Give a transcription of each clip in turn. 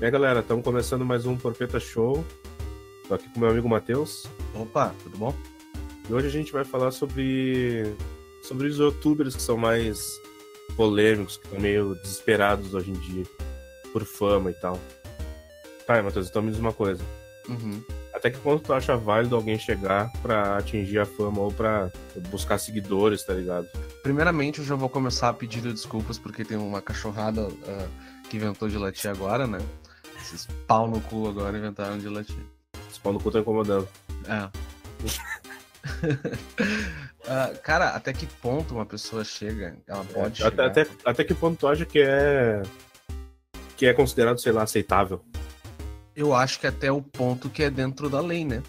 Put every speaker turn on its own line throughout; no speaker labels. É, galera, estamos começando mais um Porpeta Show. Tô aqui com meu amigo Matheus.
Opa, tudo bom?
E hoje a gente vai falar sobre, sobre os youtubers que são mais polêmicos, que estão meio desesperados hoje em dia, por fama e tal. Tá, Matheus, então me diz uma coisa.
Uhum.
Até que ponto tu acha válido alguém chegar pra atingir a fama ou pra buscar seguidores, tá ligado?
Primeiramente, eu já vou começar pedindo desculpas porque tem uma cachorrada ah, que inventou de latir agora, né? Esses pau no cu agora inventaram de latir.
Esse pau no cu tá incomodando.
É. Ah, cara, até que ponto uma pessoa chega? Ela pode
É, até,
chegar?
até, até que ponto tu acha que é. que é considerado, sei lá, aceitável?
Eu acho que até o ponto que é dentro da lei, né?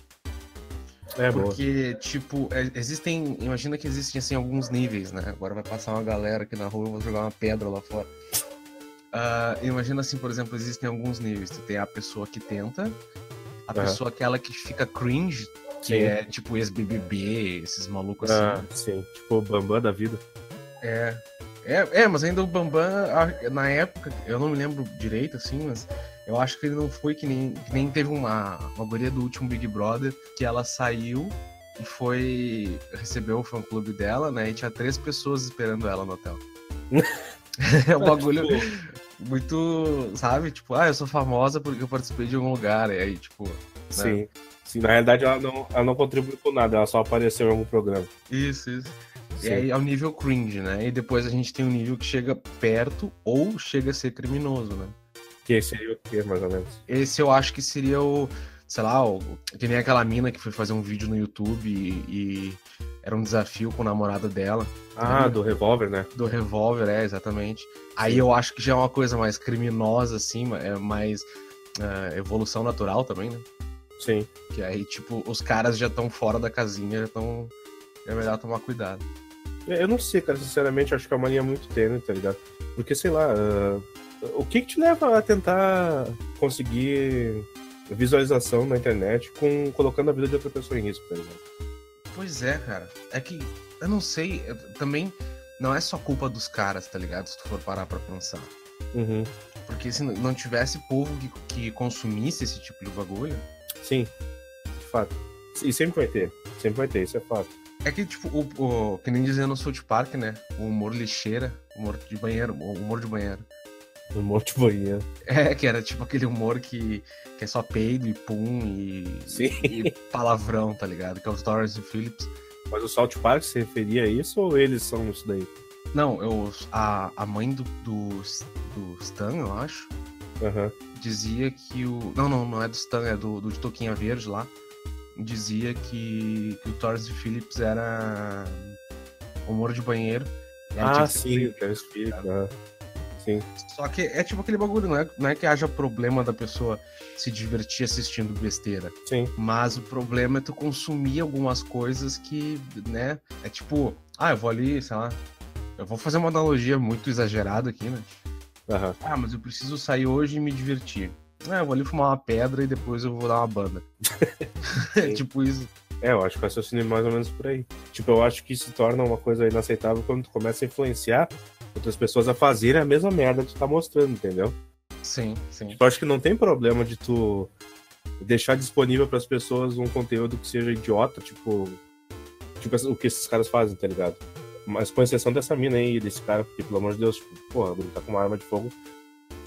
É, boa.
Porque, tipo, é- existem. Imagina que existem assim alguns níveis, né? Agora vai passar uma galera aqui na rua e eu vou jogar uma pedra lá fora. Ah, imagina assim, por exemplo, existem alguns níveis. Tu tem a pessoa que tenta, a
Aham.
pessoa aquela que fica cringe, que
Sim.
é tipo ex-BBB, esses malucos
Ah,
assim.
sim. Tipo, o Bambam da vida.
É. É, é, mas ainda o Bambam, a- na época, eu não me lembro direito, assim, mas eu acho que ele não foi que nem, que nem teve uma, uma guria do último Big Brother, que ela saiu e foi. recebeu o fã clube dela, né? E tinha três pessoas esperando ela no hotel. é um bagulho
Tipo,
muito, sabe? Tipo, ah, eu sou famosa porque eu participei de algum lugar. E aí, tipo,
sim. Sim, na realidade ela não, ela não contribuiu com nada, ela só apareceu em algum programa.
isso, isso. E
Sim.
aí é o nível cringe, né? E depois a gente tem um nível que chega perto ou chega a ser criminoso, né?
Que seria o quê, mais ou menos?
Esse eu acho que seria o, sei lá, o, que nem aquela mina que foi fazer um vídeo no YouTube e, e era um desafio com o namorado dela,
Ah, do revólver, né?
do revólver, é, exatamente. Aí eu acho que já é uma coisa mais criminosa, assim, ma- é mais ah, evolução natural também, né?
Sim.
Que aí, tipo, os caras já estão fora da casinha, já estão. É melhor tomar cuidado.
Eu não sei, cara, sinceramente, acho que é uma linha muito tênue, tá ligado? Porque, sei lá, ah, o que, que te leva a tentar conseguir visualização na internet com colocando a vida de outra pessoa em risco, tá ligado?
Pois é, cara. É que, eu não sei, eu- também não é só culpa dos caras, tá ligado? Se tu for parar pra pensar.
Uhum.
Porque se não tivesse povo que, que consumisse esse tipo de bagulho.
Sim, de fato. E sempre vai ter, sempre vai ter, isso é fato.
É que, tipo, o, o, que nem dizia no South Park, né? O humor lixeira, humor de banheiro, o humor de banheiro.
Um monte de banheiro.
É, que era tipo aquele humor que, que é só peido e pum e,
Sim.
e palavrão, tá ligado? Que é os Torres e Phillips.
Mas o Salt Park se referia a isso ou eles são isso daí?
Não, eu, a, a mãe do, do, do Stan, eu acho,
Aham.
dizia que o. Não, não, não é do Stan, é do, do de Toquinha Verde lá. Dizia que, que o Torres e Phillips era um humor de banheiro. E aí tinha
Ah,
que ser
sim,
preto.
que é isso que- aham. Sim,
Só que é tipo aquele bagulho, não é, não é que haja problema da pessoa se divertir assistindo besteira.
sim.
Mas o problema é tu consumir algumas coisas que, né? É tipo, ah, eu vou ali, sei lá. Eu vou fazer uma analogia muito exagerada aqui, né?
Aham.
Ah, mas eu preciso sair hoje e me divertir. Ah, eu vou ali fumar uma pedra e depois eu vou dar uma banda. É tipo isso.
É, eu acho que o raciocínio é mais ou menos por aí. Tipo, eu acho que se torna uma coisa inaceitável quando tu começa a influenciar outras pessoas a fazerem a mesma merda que tu tá mostrando, entendeu?
Sim, sim.
Eu acho que não tem problema de tu deixar disponível pras pessoas um conteúdo que seja idiota, tipo, tipo essa- o que esses caras fazem, tá ligado? Mas com exceção dessa mina aí, desse cara, porque pelo amor de Deus, tipo, porra, brincar com uma arma de fogo,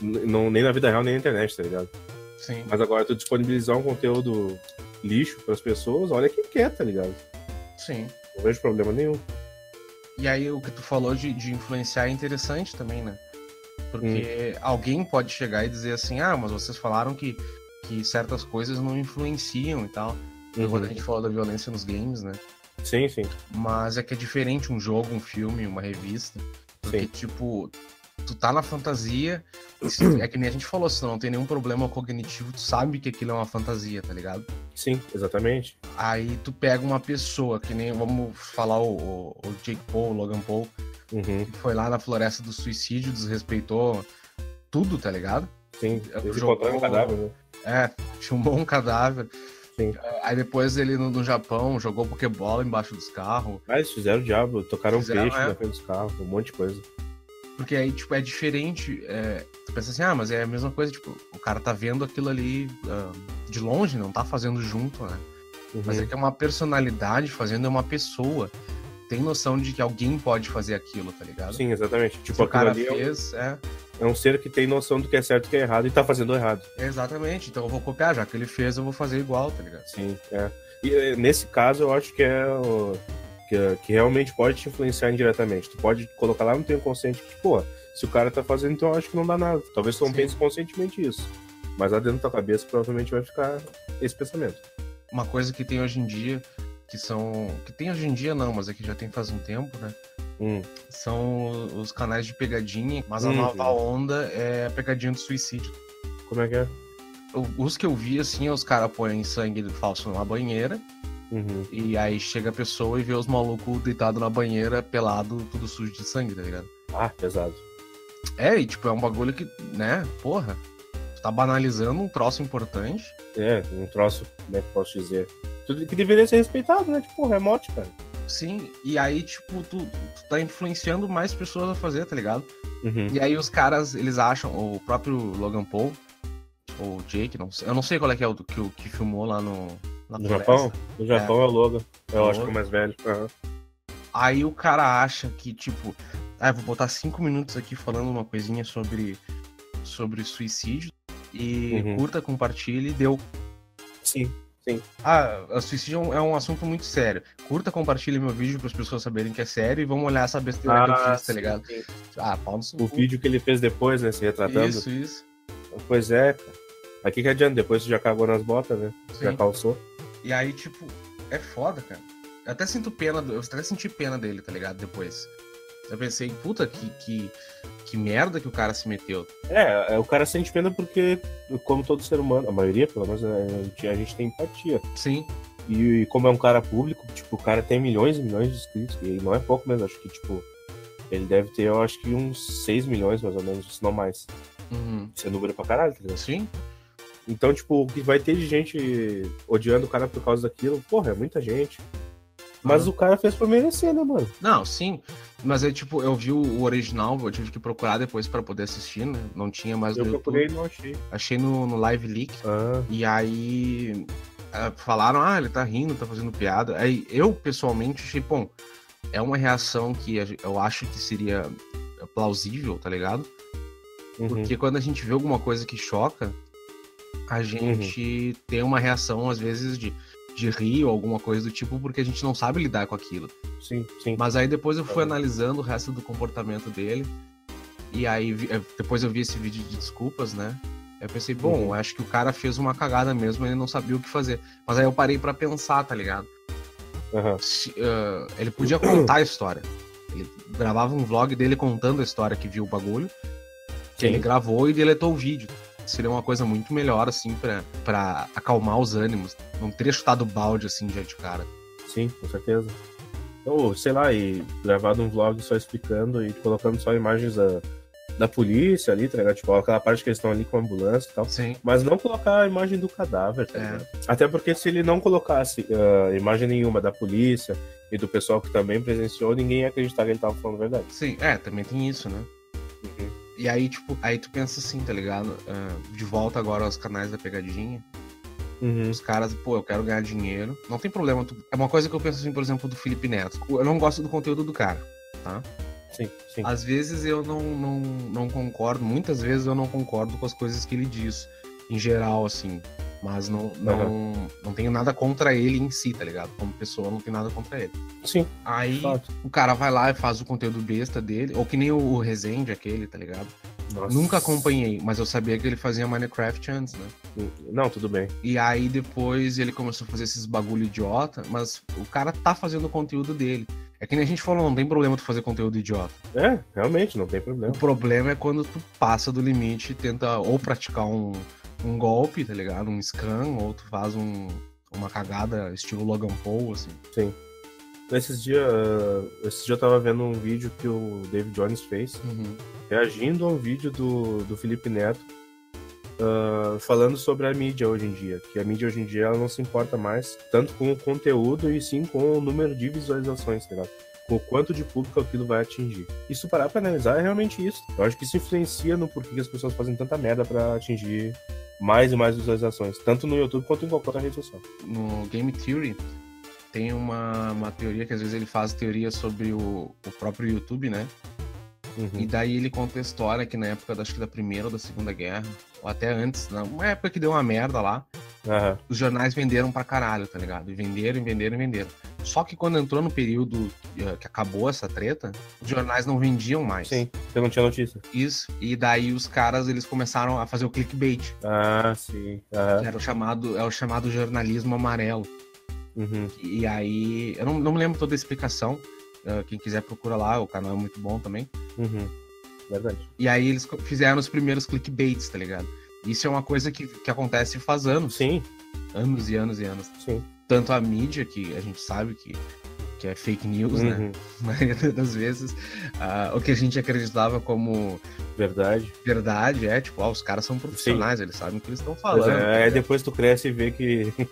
n- não, nem na vida real, nem na internet, tá ligado?
Sim.
Mas agora tu disponibilizar um conteúdo lixo pras pessoas, olha quem quer, tá ligado?
Sim.
Não vejo problema nenhum.
E aí o que tu falou de, de influenciar é interessante também, né? Porque alguém pode chegar e dizer assim, ah, mas vocês falaram que, que certas coisas não influenciam e tal. Quando a gente falou da violência nos games, né?
Sim, sim.
Mas é que é diferente um jogo, um filme, uma revista. Porque,
Sim.
tipo, tu tá na fantasia. e se- É que nem a gente falou, se tu não tem nenhum problema cognitivo, tu sabe que aquilo é uma fantasia, tá ligado?
Sim, exatamente.
Aí tu pega uma pessoa, que nem, vamos falar o, o, o Jake Paul, o Logan Paul,
Uhum.
que foi lá na Floresta do Suicídio, desrespeitou tudo, tá ligado?
Sim.
É,
Esse
jogou-
controle é um cadáver, né?
É, filmou um cadáver.
Sim.
Aí depois ele no, no Japão jogou pokebola embaixo dos carros.
Ah, eles fizeram o diabo, tocaram
Fizeram,
peixe
é.
na frente dos carros, um monte de coisa.
Porque aí, tipo, é diferente. É, tu pensa assim, ah, mas é a mesma coisa, tipo, o cara tá vendo aquilo ali ah, de longe, não tá fazendo junto, né?
Uhum.
Mas é que é uma personalidade fazendo, é uma pessoa. Tem noção de que alguém pode fazer aquilo, tá ligado?
Sim, exatamente.
Se
Tipo,
o
aquilo
cara
ali é um,
fez, é.
é um ser que tem noção do que é certo e que é errado e tá fazendo errado.
Exatamente, então eu vou copiar, já que ele fez, eu vou fazer igual, tá ligado?
Sim, é. E eh, nesse caso, eu acho que é o- que, que realmente pode te influenciar indiretamente. Tu pode colocar lá no teu inconsciente que, pô, se o cara tá fazendo, então eu acho que não dá nada. Talvez tu não
Sim.
pense conscientemente isso. Mas lá dentro da tua cabeça provavelmente vai ficar esse pensamento.
Uma coisa que tem hoje em dia, que são. Que tem hoje em dia não, mas é que já tem faz um tempo, né?
Hum.
São os canais de pegadinha, mas a
Uhum.
nova onda é a pegadinha do suicídio.
Como é que é?
O- Os que eu vi, assim, é os caras põem sangue falso numa banheira,
Uhum.
e aí chega a pessoa e vê os malucos deitados na banheira, pelado, tudo sujo de sangue, tá ligado?
Ah, pesado.
É, e tipo, é um bagulho que, né, porra, tu tá banalizando um troço importante.
É, um troço, como é que eu posso dizer? Tudo que deveria ser respeitado, né? Tipo, é morte, cara.
Sim, e aí, tipo, tu, tu tá influenciando mais pessoas a fazer, tá ligado?
Uhum.
E aí os caras, eles acham, o próprio Logan Paul, ou Jake, não sei, eu não sei qual é que é o do- que, o que filmou lá no... Na
No
floresta.
Japão? No Japão é, o Logan. Eu
É o
acho que é o mais velho. Aham.
Aí o cara acha que, tipo, ah, eu vou botar cinco minutos aqui falando uma coisinha sobre, sobre suicídio. E
Uhum.
curta, compartilhe, deu.
Sim.
Ah, o suicídio é um- é um assunto muito sério. Curta, compartilhe meu vídeo para as pessoas saberem que é sério e vamos olhar essa besteira que eu fiz, tá
Ah, sim,
ligado?
sim.
Ah, pau no seu
O
cu.
vídeo que ele fez depois, né? Se retratando.
Isso, isso.
Pois é, cara. Aí o que, que adianta? Depois tu já cagou nas botas, né? Tu
Sim.
Já calçou.
E aí, tipo, é foda, cara. Eu até sinto pena, do- eu até senti pena dele, tá ligado? Depois. Eu pensei, puta, que, que, que merda que o cara se meteu.
É, é, o cara sente pena porque, como todo ser humano, a maioria, pelo menos, né, a gente- a gente tem empatia.
Sim,
E, e como é um cara público, tipo, o cara tem milhões e milhões de inscritos, e não é pouco mesmo, acho que, tipo, ele deve ter, eu acho que uns 6 milhões, mais ou menos, se não mais.
uhum.
Isso é número pra caralho, tá ligado?
sim,
Então, tipo, o que vai ter de gente odiando o cara por causa daquilo, porra, é muita gente. Mas
Uhum.
o cara fez pra merecer, né, mano?
Não, sim. Mas é tipo, eu vi o- o original, eu tive que procurar depois pra poder assistir, né? Não tinha mais
Eu
no YouTube.
procurei e não achei.
Achei no, no Live Leak.
Ah,
E aí ah, falaram, ah, ele tá rindo, tá fazendo piada. Aí eu, pessoalmente, achei, bom, é uma reação que a gen- eu acho que seria plausível, tá ligado?
uhum.
Porque quando a gente vê alguma coisa que choca, a gente
Uhum.
tem uma reação, às vezes, de, de rir ou alguma coisa do tipo, porque a gente não sabe lidar com aquilo.
sim, sim.
Mas aí depois eu fui
Uhum.
analisando o resto do comportamento dele. E aí vi- eh, depois eu vi esse vídeo de desculpas, né? Eu pensei, bom,
Uhum.
acho que o cara fez uma cagada mesmo, ele não sabia o que fazer. Mas aí eu parei pra pensar, tá ligado?
Aham.
Se, ah, ele podia contar a história. Ele gravava um vlog dele contando a história que viu o bagulho, que ele
Sim.
gravou e deletou o vídeo. Seria uma coisa muito melhor, assim, pra, pra acalmar os ânimos. Não teria chutado balde, assim, já de cara.
Sim, com certeza. Ou, sei lá, e gravado um vlog só explicando e colocando só imagens da, da polícia ali, tá ligado? Tipo, aquela parte que eles estão ali com a ambulância e tal.
Sim.
Mas não colocar a imagem do cadáver, tá
É.
ligado? Até porque se ele não colocasse ah, imagem nenhuma da polícia e do pessoal que também presenciou, ninguém ia acreditar que ele tava falando a verdade.
Sim, é, também tem isso, né? E aí, tipo, aí tu pensa assim, tá ligado? Ah, de volta agora aos canais da pegadinha.
Uhum.
Os caras, pô, eu quero ganhar dinheiro. Não tem problema. tu- É uma coisa que eu penso assim, por exemplo, do Felipe Neto. Eu não gosto do conteúdo do cara.
Sim, sim.
Às vezes eu não, não, não concordo, muitas vezes eu não concordo com as coisas que ele diz, em geral, assim. Mas não, não, não tenho nada contra ele em si, tá ligado? Como pessoa, eu não tenho nada contra ele.
Sim,
Aí
fato.
o cara vai lá e faz o conteúdo besta dele, ou que nem o, o Rezende aquele, tá ligado?
Nossa.
Nunca acompanhei, mas eu sabia que ele fazia Minecraft antes, né?
Não, tudo bem.
E aí depois ele começou a fazer esses bagulho idiota, mas o cara tá fazendo o conteúdo dele. É que nem a gente falou, não tem problema tu fazer conteúdo idiota.
É, realmente, não tem
O
problema.
problema é quando tu passa do limite e tenta ou praticar um, um golpe, tá ligado? Um scan, ou tu faz um, uma cagada estilo Logan Paul, assim.
Nesses dias, ah, esses dias eu tava vendo um vídeo que o David Jones fez reagindo a um vídeo do, do Felipe Neto ah, falando sobre a mídia hoje em dia. Que a mídia hoje em dia ela não se importa mais tanto com o conteúdo e sim com o número de visualizações, tá ligado? o quanto de público aquilo vai atingir. E se parar pra analisar, é realmente isso. Eu acho que isso influencia no porquê que as pessoas fazem tanta merda pra atingir mais e mais visualizações, tanto no YouTube quanto em qualquer outra rede social.
No Game Theory, tem uma, uma teoria que às vezes ele faz teoria sobre o, o próprio YouTube, né? E
Uhum.
daí ele conta a história que na época, da- acho que da Primeira ou da Segunda Guerra, ou até antes, né? uma época que deu uma merda lá,
Aham.
os jornais venderam pra caralho, tá ligado? E venderam, e venderam, e venderam. Só que quando entrou no período eh, que acabou essa treta, os jornais não vendiam mais.
Sim, eu não tinha notícia.
Isso. E daí os caras, eles começaram a fazer o clickbait.
Ah, sim. Aham.
que Era o chamado, é o chamado jornalismo amarelo.
Uhum.
E aí, eu não, não me lembro toda a explicação. eh, Quem quiser procura lá, o canal é muito bom também.
Uhum. Verdade.
E aí eles co- fizeram os primeiros clickbaits, tá ligado? Isso é uma coisa que, que acontece faz anos,
Sim,
anos e anos e anos.
sim.
Tanto a mídia, que a gente sabe que, que é fake news, né?
Uhum.
Na maioria das vezes, ah, o que a gente acreditava como
Verdade.
verdade é, tipo, ah, os caras são profissionais, eles sabem o que eles estão
Pois
falando.
é, aí depois tu cresce e vê que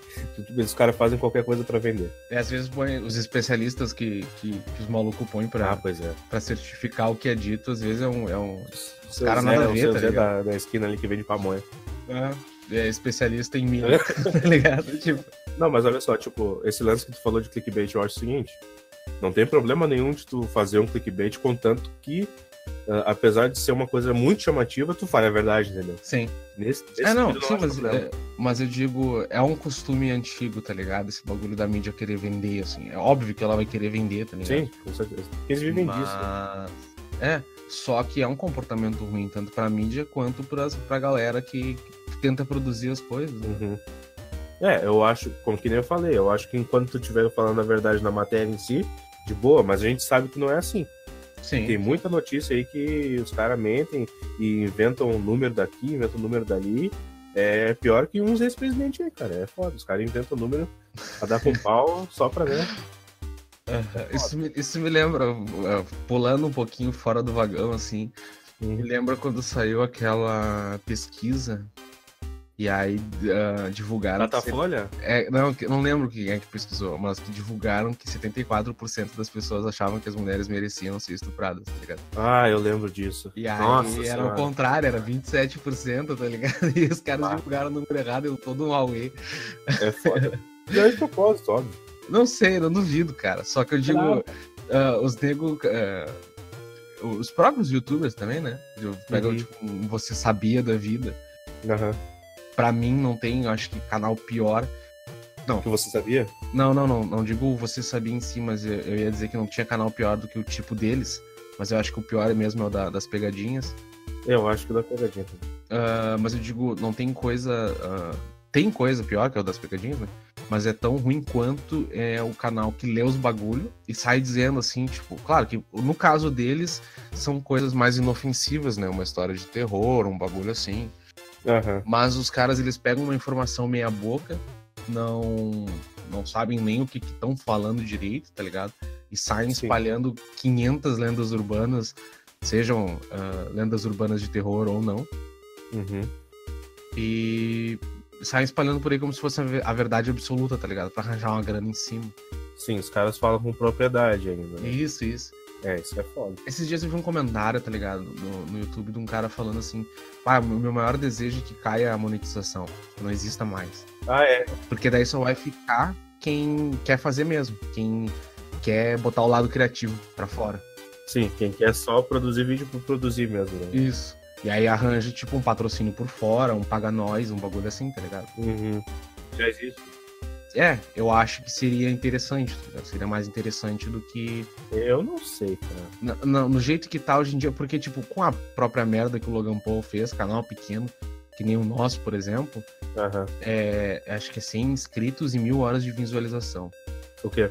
os caras fazem qualquer coisa pra vender.
E às vezes põe os especialistas que, que, que os malucos põem
Ah,
pra,
pois é.
pra certificar o que é dito, às vezes é um. É um
Os
caras nada a ver, tá
Zé da, da esquina ali que vende pamonha.
ah, é especialista em mim, tá ligado? Tipo,
Não, mas olha só, tipo, esse lance que tu falou de clickbait, eu acho o seguinte. Não tem problema nenhum de tu fazer um clickbait, contanto que, ah, apesar de ser uma coisa muito chamativa, tu fale a verdade, entendeu?
sim.
Nesse, nesse
É, não,
sentido,
sim,
acho
mas,
problema.
é, mas eu digo, é um costume antigo, tá ligado? Esse bagulho da mídia querer vender, assim. É óbvio que ela vai querer vender, tá ligado?
Sim, com certeza. Porque eles vivem disso. né?
mas... É, só que é um comportamento ruim, tanto pra mídia quanto pras, pra galera que, que tenta produzir as coisas. né?
Uhum. É, eu acho, como que nem eu falei, eu acho que enquanto tu estiver falando a verdade na matéria em si, de boa, mas a gente sabe que não é assim.
Sim.
Tem muita notícia aí que os caras mentem e inventam um número daqui, inventam um número dali. É pior que uns ex-presidentes aí, cara. É foda. Os caras inventam número pra dar com pau só pra ver.
é, Isso, me, isso me lembra, uh, pulando um pouquinho fora do vagão, assim,
Uhum.
me lembra quando saiu aquela pesquisa e aí uh, divulgaram. que
Datafolha?
É, não, que- não lembro quem é que pesquisou, mas que divulgaram que 74% das pessoas achavam que as mulheres mereciam ser estupradas, tá ligado?
Ah, eu lembro disso.
E aí
Nossa
era
Senhora.
o contrário, era 27%, tá ligado? E os caras
Ah.
divulgaram o número errado, eu todo um auê.
É foda. E é de propósito, óbvio.
Não sei, não duvido, cara. Só que eu digo,
Claro.
ah, os nego. ah, os próprios youtubers também, né? Eu- Pegam,
Uhum.
tipo, um você sabia da vida.
Aham.
Pra mim, não tem, eu acho que canal pior
Que você sabia?
Não, não, não. Não digo você sabia em si, mas eu, eu ia dizer que não tinha canal pior do que o tipo deles. Mas eu acho que o pior mesmo é o da- das pegadinhas.
Eu acho que dá pegadinha.
Ah, mas eu digo, não tem coisa. ah, tem coisa pior que é o das pegadinhas, né? Mas é tão ruim quanto é o canal que lê os bagulho e sai dizendo assim, tipo, claro que no caso deles são coisas mais inofensivas, né? Uma história de terror, um bagulho assim.
Aham.
Mas os caras, eles pegam uma informação meia boca, não não sabem nem o que estão falando direito, tá ligado? E saem
Sim.
espalhando 500 lendas urbanas, sejam ah, lendas urbanas de terror ou não,
Uhum.
e saem espalhando por aí como se fosse a ve- a verdade absoluta, tá ligado? Pra arranjar uma grana em cima. tá
Sim, os caras falam com propriedade ainda. né?
Isso, isso.
É, isso é foda.
Esses dias eu vi um comentário, tá ligado? No, no YouTube de um cara falando assim: Ah, meu meu maior desejo é que caia a monetização, que não exista mais.
Ah, é.
Porque daí só vai ficar quem quer fazer mesmo, quem quer botar o lado criativo pra fora.
Sim, quem quer só produzir vídeo por produzir mesmo, né?
Isso. E aí arranja, tipo, um patrocínio por fora, um paga nós, um bagulho assim, tá ligado?
Uhum. Já existe.
É, eu acho que seria interessante, tá ligado? Seria mais interessante do que.
Eu não sei, cara.
na- na- no jeito que tá hoje em dia, porque, tipo, com a própria merda que o Logan Paul fez, canal pequeno, que nem o nosso, por exemplo,
Aham.
é, acho que é 100 inscritos e mil horas de visualização
O quê?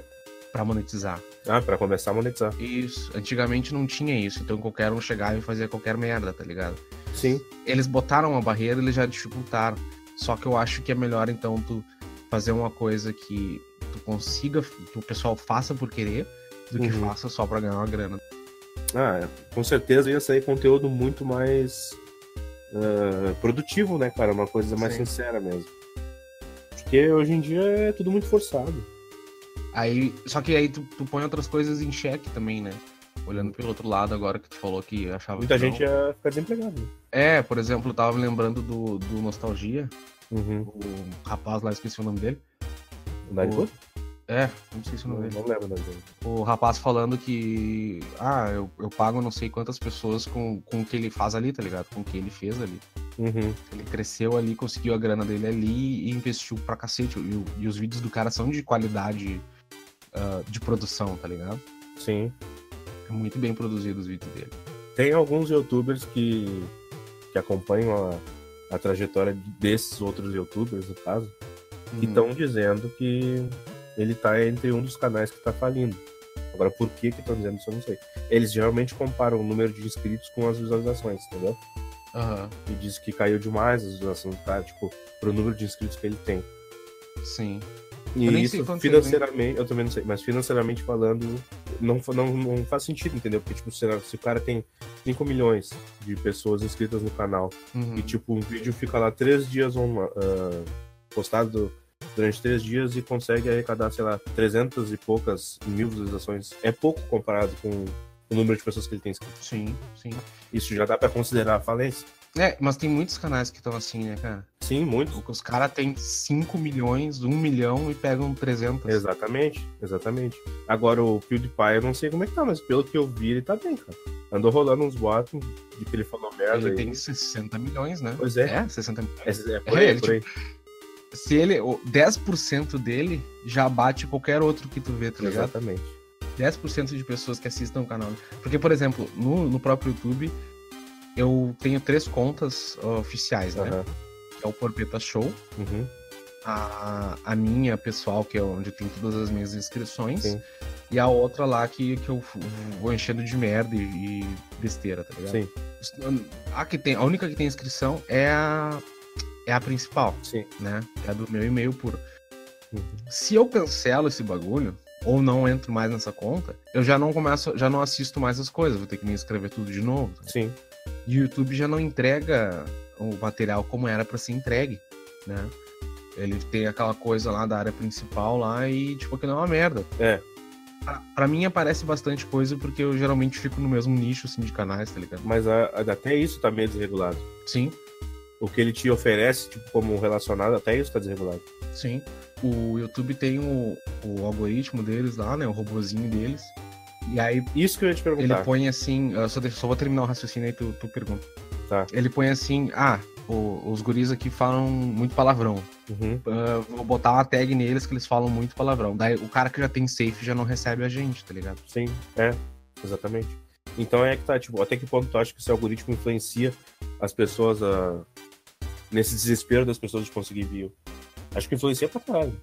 pra monetizar.
Ah, pra começar a monetizar.
Isso, antigamente não tinha isso, então qualquer um chegava e fazia qualquer merda, tá ligado?
Sim.
Eles botaram uma barreira, eles já dificultaram. Só que eu acho que é melhor então tu fazer uma coisa que tu consiga, que o pessoal faça por querer, do que
Uhum.
faça só pra ganhar uma grana.
Ah, é. com certeza ia sair conteúdo muito mais ah, produtivo, né, cara? Uma coisa mais
Sim.
sincera mesmo. Porque hoje em dia é tudo muito forçado.
Aí, só que aí tu, tu põe outras coisas em xeque também, né? Olhando pelo outro lado agora que tu falou que achava
Muita
que não.
gente ia ficar né? desempregada.
É, por exemplo, eu tava me lembrando do, do Nostalgia,
Uhum.
o rapaz lá, esqueci o nome dele.
O Naricô?
É, não esqueci o
Não,
nome dele.
não lembro, né?
O rapaz falando que. Ah, eu, eu pago não sei quantas pessoas com, com o que ele faz ali, tá ligado? Com o que ele fez ali.
Uhum.
Ele cresceu ali, conseguiu a grana dele ali e investiu pra cacete. E, o- e os vídeos do cara são de qualidade ah, de produção, tá ligado?
Sim.
É muito bem produzido os vídeos dele.
Tem alguns youtubers que, que acompanham a, a trajetória desses outros youtubers, no caso, que
Hum.
estão dizendo que ele tá entre um dos canais que tá falindo. Agora, por que que estão dizendo isso, eu não sei. Eles geralmente comparam o número de inscritos com as visualizações, entendeu?
Aham,
E diz que caiu demais a visualização do cara, tipo, pro número de inscritos que ele tem.
sim.
E
Eu nem sei é,
isso,
né? quantos ele tem.
financeiramente, eu também não sei, mas financeiramente falando, não, fa- não, não faz sentido, entendeu? Porque, tipo, se, se o cara tem 5 milhões de pessoas inscritas no canal
Uhum.
e, tipo, um vídeo fica lá três dias online, ah, postado durante três dias e consegue arrecadar, sei lá, 300 e poucas mil visualizações, é pouco comparado com o número de pessoas que ele tem inscrito.
Sim, sim.
Isso já dá pra considerar a falência?
É, mas tem muitos canais que estão assim, né, cara?
Sim, muito.
Os caras têm 5 milhões, 1 milhão e pegam 300.
Exatamente, exatamente. Agora o PewDiePie, eu não sei como é que tá, mas pelo que eu vi, ele tá bem, cara. Andou rolando uns boatos de que ele falou merda.
Ele
aí.
tem 60 milhões, né?
Pois é.
É, 60 milhões.
É, é por aí,
É,
é,
ele,
por aí.
Se ele, o 10% dele já bate qualquer outro que tu vê, tá ligado?
Exatamente.
10% de pessoas que assistam o canal. Porque, por exemplo, no, no próprio YouTube, eu tenho três contas ó, oficiais, né?
Aham.
Que é o Porpeta Show,
Uhum.
a, a minha pessoal, que é onde tem todas as minhas inscrições,
Sim.
e a outra lá que, que eu f- vou enchendo de merda e, e besteira, tá ligado?
Sim,
A, que tem, a única que tem inscrição é a, é a principal,
sim.
né? É a do meu e-mail puro.
Uhum.
Se eu cancelo esse bagulho, ou não entro mais nessa conta, eu já não começo, já não assisto mais as coisas, vou ter que me inscrever tudo de novo.
Sim.
E o YouTube já não entrega o material como era pra ser entregue, né? Ele tem aquela coisa lá da área principal lá e, tipo, aquilo é uma merda.
É.
Pra, pra mim aparece bastante coisa porque eu geralmente fico no mesmo nicho, assim, de canais, tá ligado?
Mas a- a- até isso tá meio desregulado.
Sim,
O que ele te oferece, tipo, como relacionado, até isso tá desregulado.
sim. O YouTube tem o, o algoritmo deles lá, né? O robozinho deles. E aí
Isso que eu ia te
Ele
perguntar.
põe assim, eu só, deixa- só vou terminar o raciocínio aí tu, tu pergunta.
Tá.
Ele põe assim, ah, o- os guris aqui falam muito palavrão.
Uhum.
Ah, vou botar uma tag neles que eles falam muito palavrão. Daí o cara que já tem safe já não recebe a gente, tá ligado?
Sim, é. Exatamente. Então é que tá, tipo, até que ponto tu acha que esse algoritmo influencia as pessoas a... nesse desespero das pessoas de conseguir view? Acho que influencia pra caralho.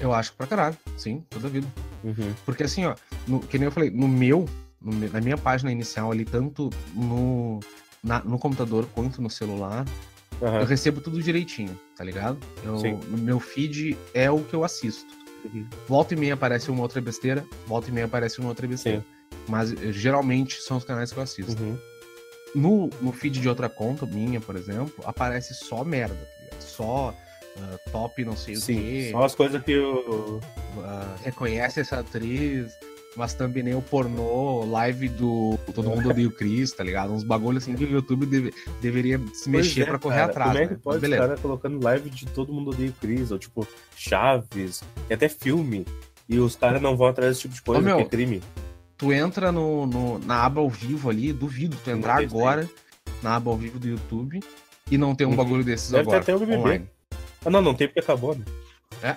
Eu acho pra caralho, sim, toda vida.
Uhum.
Porque assim, ó, no- que nem eu falei, no meu, no me- na minha página inicial ali, tanto no, na- no computador quanto no celular, eu
Aham.
recebo tudo direitinho, tá ligado? Eu,
Ah. Sim.
o meu feed é o que eu assisto.
Uhum.
Volta e meia aparece uma outra besteira, volta e meia aparece uma outra besteira. Mas eh, geralmente são os canais que eu assisto.
Uhum.
No, no feed de outra conta, minha, por exemplo, aparece só merda, tá ligado? Só ah, top não sei o quê,
Sim, são as coisas que o.
ah, reconhece essa atriz, mas também nem o pornô, live do Todo Mundo Odeia o Cris, tá ligado? Uns bagulho assim que o YouTube deve- deveria se mexer pra correr
cara,
atrás,
Como é
né?
que
Mas
pode
beleza.
cara colocando live de todo mundo odeia o Cris, ou tipo, Chaves, tem até filme, e os caras não vão atrás desse tipo de coisa,
Ô, meu,
que é crime.
tu entra no, no- na aba ao vivo ali, duvido tu
Não
entrar
tem isso
agora na aba ao vivo do YouTube e não ter um
Uhum.
bagulho desses
Deve ter
agora.
até o BBB.
online.
Ah, não, não tem porque acabou, né?
É?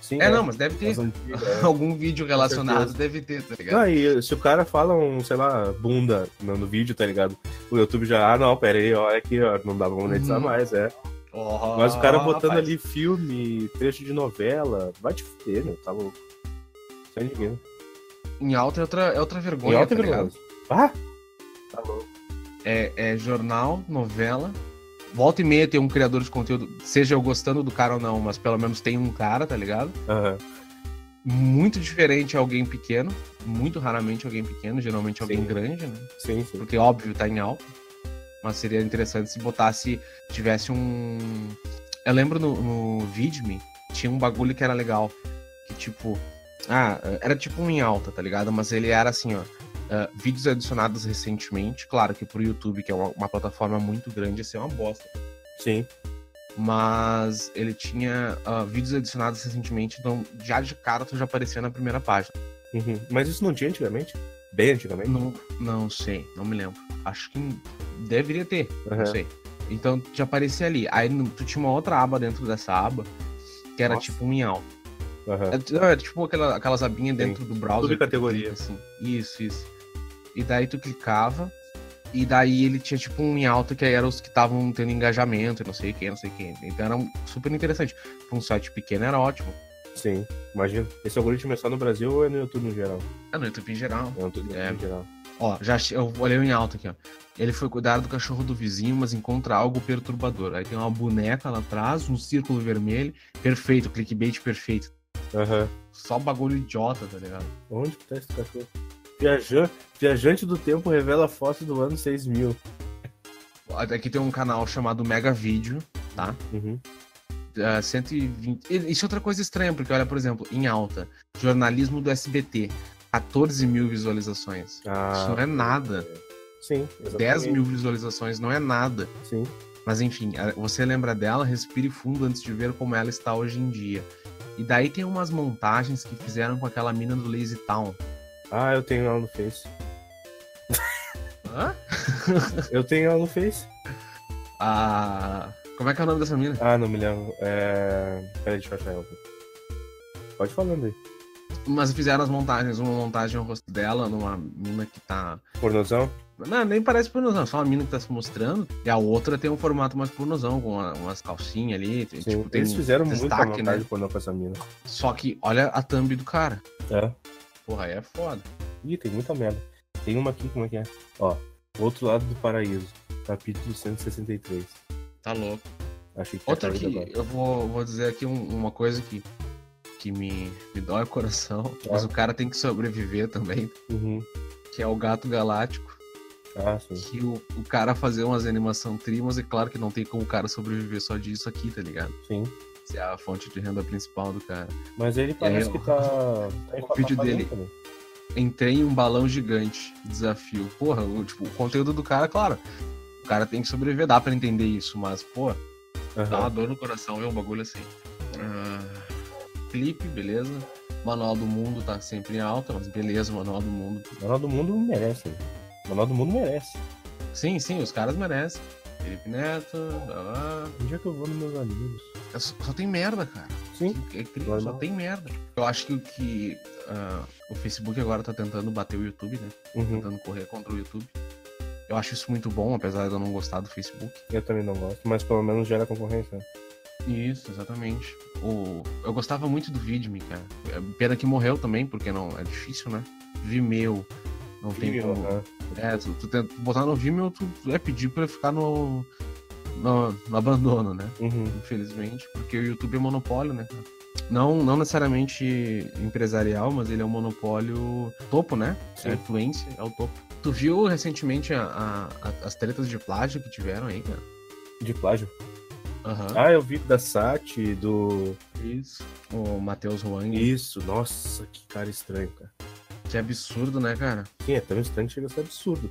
Sim.
É, não, mas deve ter
As antigas, é.
algum vídeo relacionado,
certeza.
deve ter, tá ligado?
é. Não, e se o cara fala um, sei lá, bunda no, no vídeo, tá ligado? O YouTube já, ah, não, pera aí, ó, é que ó, não dá pra monetizar
Uhum.
mais, é.
Ó,
Mas o cara botando
rapaz.
ali filme, trecho de novela, vai te fuder, meu, tá louco. Isso é ninguém.
Em alta é outra, é outra vergonha.
Em alta
tá
velocidade.
ligado?
Ah? Tá louco.
É, é jornal, novela. Volta e meia tem um criador de conteúdo, seja eu gostando do cara ou não, mas pelo menos tem um cara, tá ligado?
Aham.
Muito diferente alguém pequeno, muito raramente alguém pequeno, geralmente alguém
Sim.
grande, né?
Sim, sim.
porque óbvio tá em alta, mas seria interessante se botasse, tivesse um. Eu lembro no, no Vidme, tinha um bagulho que era legal, que tipo, Ah, era tipo um em alta, tá ligado? Mas ele era assim, ó. ah, vídeos adicionados recentemente, claro que pro YouTube, que é uma, uma plataforma muito grande, ia ser uma bosta.
Sim.
Mas ele tinha ah, vídeos adicionados recentemente, então já de cara tu já aparecia na primeira página.
Uhum. Mas isso não tinha antigamente? Bem antigamente?
Não, não sei, não me lembro. Acho que deveria ter,
Aham.
não sei. Então te aparecia ali. Aí no- tu tinha uma outra aba dentro dessa aba, que era
Nossa.
tipo um em alta.
Aham.
É, Não, é tipo aquela, aquelas abinhas dentro do browser. que tu
Subcategoria.
clica, Assim. Isso, isso. E daí tu clicava, e daí ele tinha tipo um em alta que aí eram os que estavam tendo engajamento, e não sei quem, não sei quem. Então era um- super interessante. Pra um site pequeno era ótimo.
Sim. Imagina. Esse algoritmo é só no Brasil ou é no YouTube no geral?
Ah, no YouTube em geral.
É no YouTube
É.
no geral.
Ó, já che- eu olhei em alta aqui, ó. Ele foi cuidar do cachorro do vizinho, mas encontra algo perturbador. Aí tem uma boneca lá atrás, um círculo vermelho. Perfeito, clickbait perfeito.
Aham.
Só bagulho idiota, tá ligado?
Onde que tá esse cachorro? Viajan- Viajante do tempo revela foto do ano 6000.
Até Aqui tem um canal chamado Mega Vídeo, tá?
Uhum.
Ah, 120. E- Isso é outra coisa estranha, porque olha, por exemplo, em alta, jornalismo do SBT, 14 mil visualizações. Isso
Ah.
não é nada.
Sim. Exatamente.
10 mil visualizações não é nada.
Sim.
Mas enfim, a- você lembra dela, respire fundo antes de ver como ela está hoje em dia. E daí tem umas montagens que fizeram com aquela mina do Lazy Town.
Ah, eu tenho ela no Face.
Hã?
Eu tenho ela no Face.
Ah, como é que é o nome dessa mina?
Ah, não me lembro. É... Peraí, deixa eu achar ela. Pode ir falando aí.
Mas fizeram as montagens, uma montagem ao rosto dela, numa mina que tá
Pornozão?
Não, nem parece pornozão, só uma mina que tá se mostrando. E a outra tem um formato mais pornozão, com uma- umas calcinhas ali. tem-
Sim.
tipo, tem
Eles fizeram muito muita
destaque,
vontade
né?
de pornô com essa mina.
Só que olha a thumb do cara.
É.
Porra, aí é foda.
Ih, tem muita merda. Tem uma aqui, como é que é? Ó, O Outro Lado do Paraíso, capítulo 163.
Tá louco.
Achei que tinha
Outra que
caído agora.
eu vou, vou dizer aqui um- uma coisa que, que me, me dói o coração,
Tá.
mas o cara tem que sobreviver também,
Uhum.
que é o Gato Galáctico.
Ah, sim.
Que o, o cara fazer umas animação tri, mas é claro que não tem como o cara sobreviver só disso aqui, tá ligado?
Sim.
Isso é a fonte de renda principal do cara.
Mas ele parece
eu-
que tá. tá em
é um O vídeo
Copacabana
dele.
também.
entrei em um balão gigante. Desafio. Porra, o, tipo, o conteúdo do cara, claro. O cara tem que sobreviver, dá pra entender isso, mas, pô, dá
Aham.
uma dor no coração ver um bagulho assim. Ah, clipe, beleza. Manual do Mundo tá sempre em alta, mas beleza, Manual do Mundo.
Manual do Mundo merece. né? Manual do Mundo merece.
Sim, sim, os caras merecem. Felipe Neto, blá, blá.
Onde é que eu vou nos meus amigos?
É só, só tem merda, cara.
Sim.
É incrível, só
Normal.
tem merda. Eu acho que o que ah, o Facebook agora tá tentando bater o YouTube, né?
Uhum.
tentando correr contra o YouTube. Eu acho isso muito bom, apesar de eu não gostar do Facebook.
Eu também não gosto, mas pelo menos gera concorrência. né?
Isso, exatamente. O... Eu gostava muito do Vidme, cara. É, Pena que morreu também, porque não é difícil, né? Vimeo. Não tem
Incrível,
como.
né?
É, tu, tu tenta botar no Vimeo, tu é pedir pra ficar no, no, no abandono, né?
Uhum.
Infelizmente, porque o YouTube é monopólio, né? cara? Não, não necessariamente empresarial, mas ele é um monopólio topo, né?
Sim.
A influência é o topo. Tu viu recentemente a- a- a- as tretas de plágio que tiveram aí, cara?
De plágio.
Aham.
Ah, eu vi da Sati, do.
Isso. O Matheus Wang.
Isso, nossa, que cara estranho, cara.
Que absurdo, né, cara?
Sim, é tão estranho que chega a ser absurdo.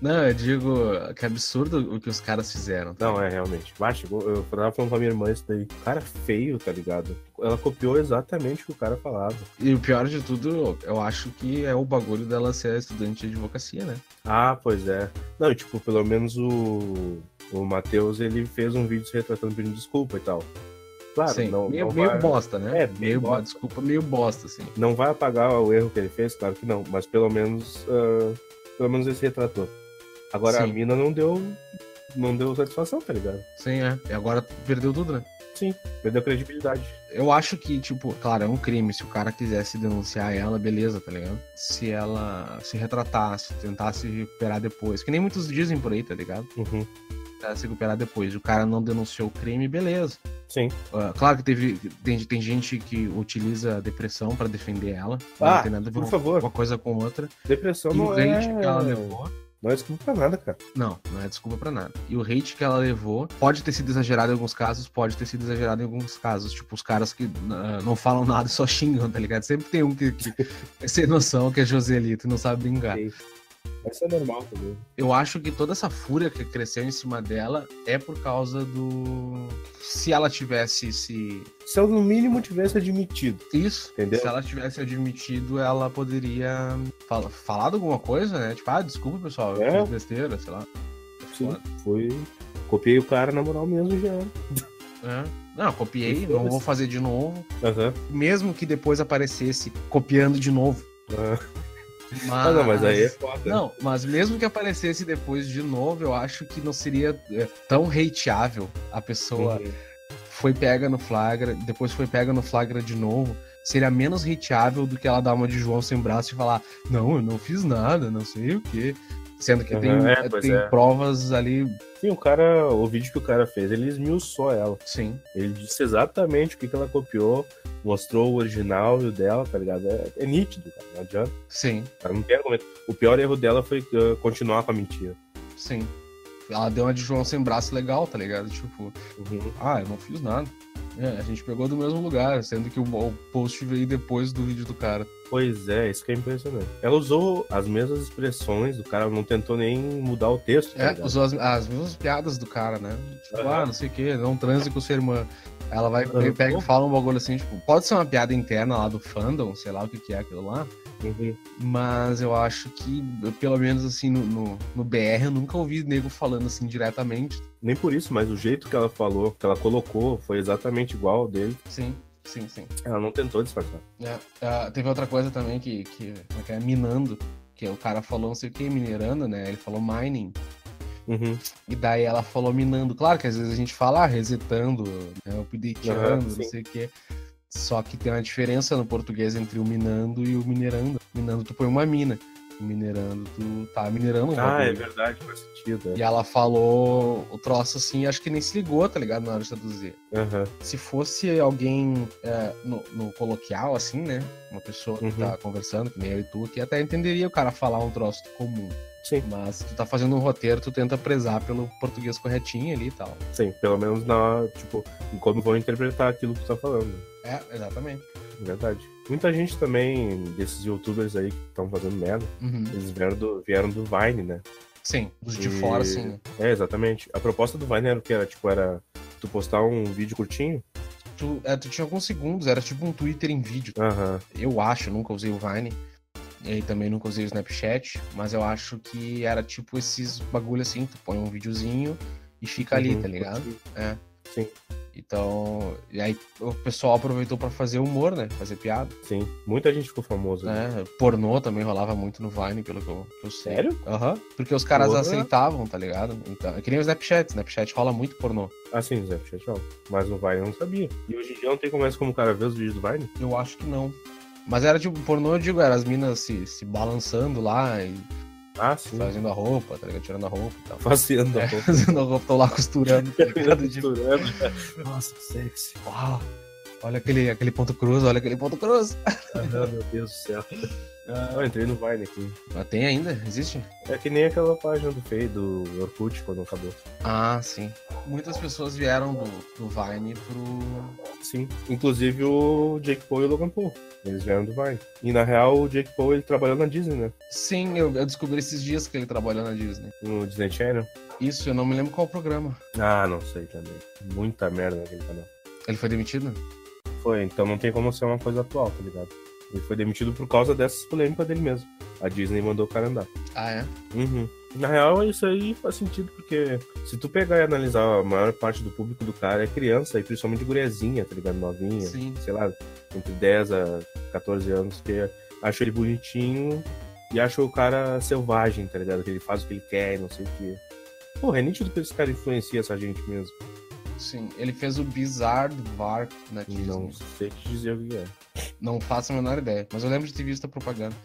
Não, eu digo que absurdo o que os caras fizeram.
Não, é realmente. Bah, chegou, eu tava falando pra minha irmã isso daí. Cara feio, tá ligado? Ela copiou exatamente o que o cara falava.
E o pior de tudo, eu acho que é o bagulho dela ser estudante de advocacia, né?
Ah, pois é. Não, e, tipo, pelo menos o, o Matheus, ele fez um vídeo se retratando pedindo desculpa e tal. Claro,
Sim.
não,
meio,
não,
meio
vai,
bosta, né?
É,
meio bosta.
bosta.
Desculpa, meio bosta, assim.
não vai apagar o erro que ele fez, claro que não, mas pelo menos, ah, pelo menos ele se retratou. Agora a
Sim.
mina não deu, não deu satisfação, tá ligado?
Sim, é. E agora perdeu tudo, né?
Perdeu credibilidade.
Eu acho que, tipo, claro, é um crime. Se o cara quisesse denunciar ela, beleza, tá ligado? Se ela se retratasse, tentasse recuperar depois. Que nem muitos dizem por aí, tá ligado?
Uhum.
Tentar se recuperar depois. O cara não denunciou o crime, beleza.
Sim.
Ah, claro que teve, tem, tem gente que utiliza a depressão pra defender ela.
Ah,
não tem nada a ver
por
uma-
favor.
uma coisa com outra.
Depressão
E o
não
hate
é...
que ela levou.
Não é desculpa pra nada, cara.
Não, não é desculpa pra nada. E o hate que ela levou pode ter sido exagerado em alguns casos, pode ter sido exagerado em alguns casos. Tipo, os caras que ah, não falam nada e só xingam, tá ligado? Sempre tem um que, que é sem noção, que é Joselito e não sabe brincar.
Sim. Isso é normal também.
Eu acho que toda essa fúria que cresceu em cima dela é por causa do. Se ela tivesse se.
Se eu, no mínimo, tivesse admitido.
Isso.
Entendeu?
Se ela tivesse admitido, ela poderia fal falado alguma coisa, né? Tipo, ah, desculpa, pessoal, eu
É.
fiz besteira, sei lá.
Sim, foi. Copiei o cara na moral mesmo já.
É. Não, copiei,
E
não
foda-se.
vou fazer de novo.
Aham.
Mesmo que depois aparecesse copiando de novo.
Ah,
Mas...
Ah, não, mas aí é foda.
Não, mas mesmo que aparecesse depois de novo, eu acho que não seria é, tão hateável a pessoa
Uhum.
foi pega no flagra, depois foi pega no flagra de novo, seria menos hateável do que ela dar uma de João sem braço e falar, não, eu não fiz nada, não sei o quê. Sendo que tem,
Uhum, é, pois
tem
é.
provas ali,
Sim, o cara, o vídeo que o cara fez, ele esmiuçou ela.
sim.
Ele disse exatamente o que, que ela copiou, mostrou o original e o dela, tá ligado? É, é nítido, cara. Não adianta.
Sim,
Cara, não tem argumento. O pior erro dela foi ah, continuar com a mentira.
sim. Ela deu uma de João sem braço legal, tá ligado? Tipo, ah, eu não fiz nada. É, a gente pegou do mesmo lugar, sendo que o, o post veio depois do vídeo do cara.
Pois é, isso que é impressionante. Ela usou as mesmas expressões, o cara não tentou nem mudar o texto, tá
É,
ligado?
usou as, as mesmas piadas do cara, né? Tipo,
Aham.
ah, não sei o que, não transe com sua irmã. Ela vai,
Aham.
pega e fala um bagulho assim, tipo, pode ser uma piada interna lá do fandom, sei lá o que, que é aquilo lá,
Uhum.
mas eu acho que, pelo menos assim, no, no, no BR, eu nunca ouvi nego falando assim diretamente.
Nem por isso, mas o jeito que ela falou, que ela colocou, foi exatamente igual ao dele.
Sim, sim, sim.
Ela não tentou disfarçar.
É, ah, teve outra coisa também que, que, como é que é, minando, que o cara falou não sei o que, minerando, né? Ele falou mining.
Uhum.
E daí ela falou minando. Claro que às vezes a gente fala ah, resetando, né,
Aham,
updateando, não
sim.
sei o quê. Só que tem uma diferença no português entre o minando e o minerando. Minando tu põe uma mina. Minerando tu tá minerando um
Ah, é
bagulho.
verdade, faz sentido. é.
E ela falou o troço assim, acho que nem se ligou, tá ligado? Na hora de traduzir.
É. Aham.
Se fosse alguém é, no, no coloquial, assim, né? Uma pessoa que
Uhum.
tá conversando, que nem eu e tu, que até entenderia o cara falar um troço comum.
Sim,
Mas tu tá fazendo um roteiro, tu tenta prezar pelo português corretinho ali e tal.
sim. Pelo menos na, tipo, em como vão interpretar aquilo que tu tá falando.
É, exatamente.
Verdade. Muita gente também, desses youtubers aí que estão fazendo merda, eles vieram do, vieram do Vine, né?
Sim, os de
E-
fora, assim.
É, exatamente. A proposta do Vine era o que era, tipo, era tu postar um vídeo curtinho.
Tu, é, tu tinha alguns segundos, era tipo um Twitter em vídeo.
Aham.
Eu acho, nunca usei o Vine. E também nunca usei o Snapchat, mas eu acho que era tipo esses bagulho assim, tu põe um videozinho e fica ali,
Uhum.
tá ligado? Então, e aí o pessoal aproveitou pra fazer humor, né? Fazer piada,
Sim. Muita gente ficou famosa. né?
né? Pornô também rolava muito no Vine, pelo que eu, que eu sei.
Sério?
Aham. Porque os caras
Porra.
aceitavam, tá ligado? Então, é que nem o Snapchat, Snapchat rola muito pornô.
Ah, sim, o Snapchat, ó. Mas no Vine eu não sabia. E hoje em dia não tem mais como o cara ver os vídeos do Vine.
Eu acho que não. Mas era tipo, pornô, eu digo, era as minas se, se balançando lá e
Ah, sim.
fazendo a roupa, tá ligado? Tirando a roupa e tal.
Passeando
É.
a roupa.
Fazendo a roupa, tô lá costurando, tá ligado?
assim.
Tipo,
Misturando. Nossa, que sexy.
uau, olha aquele, aquele ponto cruz, olha aquele ponto cruz.
Ah, meu Deus do céu.
Ah,
Eu entrei no Vine aqui.
mas tem ainda? Existe?
É que nem aquela página do Fei, do Orkut, quando acabou.
Ah, sim. Muitas pessoas vieram do, do Vine pro.
Sim. Inclusive o Jake Paul e o Logan Paul. Eles vieram do Vine. E na real, o Jake Paul ele trabalhou na Disney, né?
Sim, eu, eu descobri esses dias que ele trabalhou na Disney.
No Disney Channel.
Isso, eu não me lembro qual programa.
Ah, não sei também. Muita merda naquele canal.
Ele foi demitido?
Foi, então não tem como ser uma coisa atual, tá ligado? Ele foi demitido por causa dessas polêmicas dele mesmo. A Disney mandou o cara andar.
Ah, é?
Uhum. Na real, isso aí faz sentido, porque se tu pegar e analisar, a maior parte do público do cara é criança, e principalmente guriazinha, tá ligado? Novinha.
Sim.
sei lá, entre 10 a 14 anos, que acha ele bonitinho e acha o cara selvagem, tá ligado? Que ele faz o que ele quer e não sei o quê. Porra, é nítido que esse cara influencia essa gente mesmo.
Sim, ele fez o Bizarre Var na Disney.
Não
Não.
sei te dizer o que é.
faço a menor ideia, mas eu lembro de ter visto a propaganda.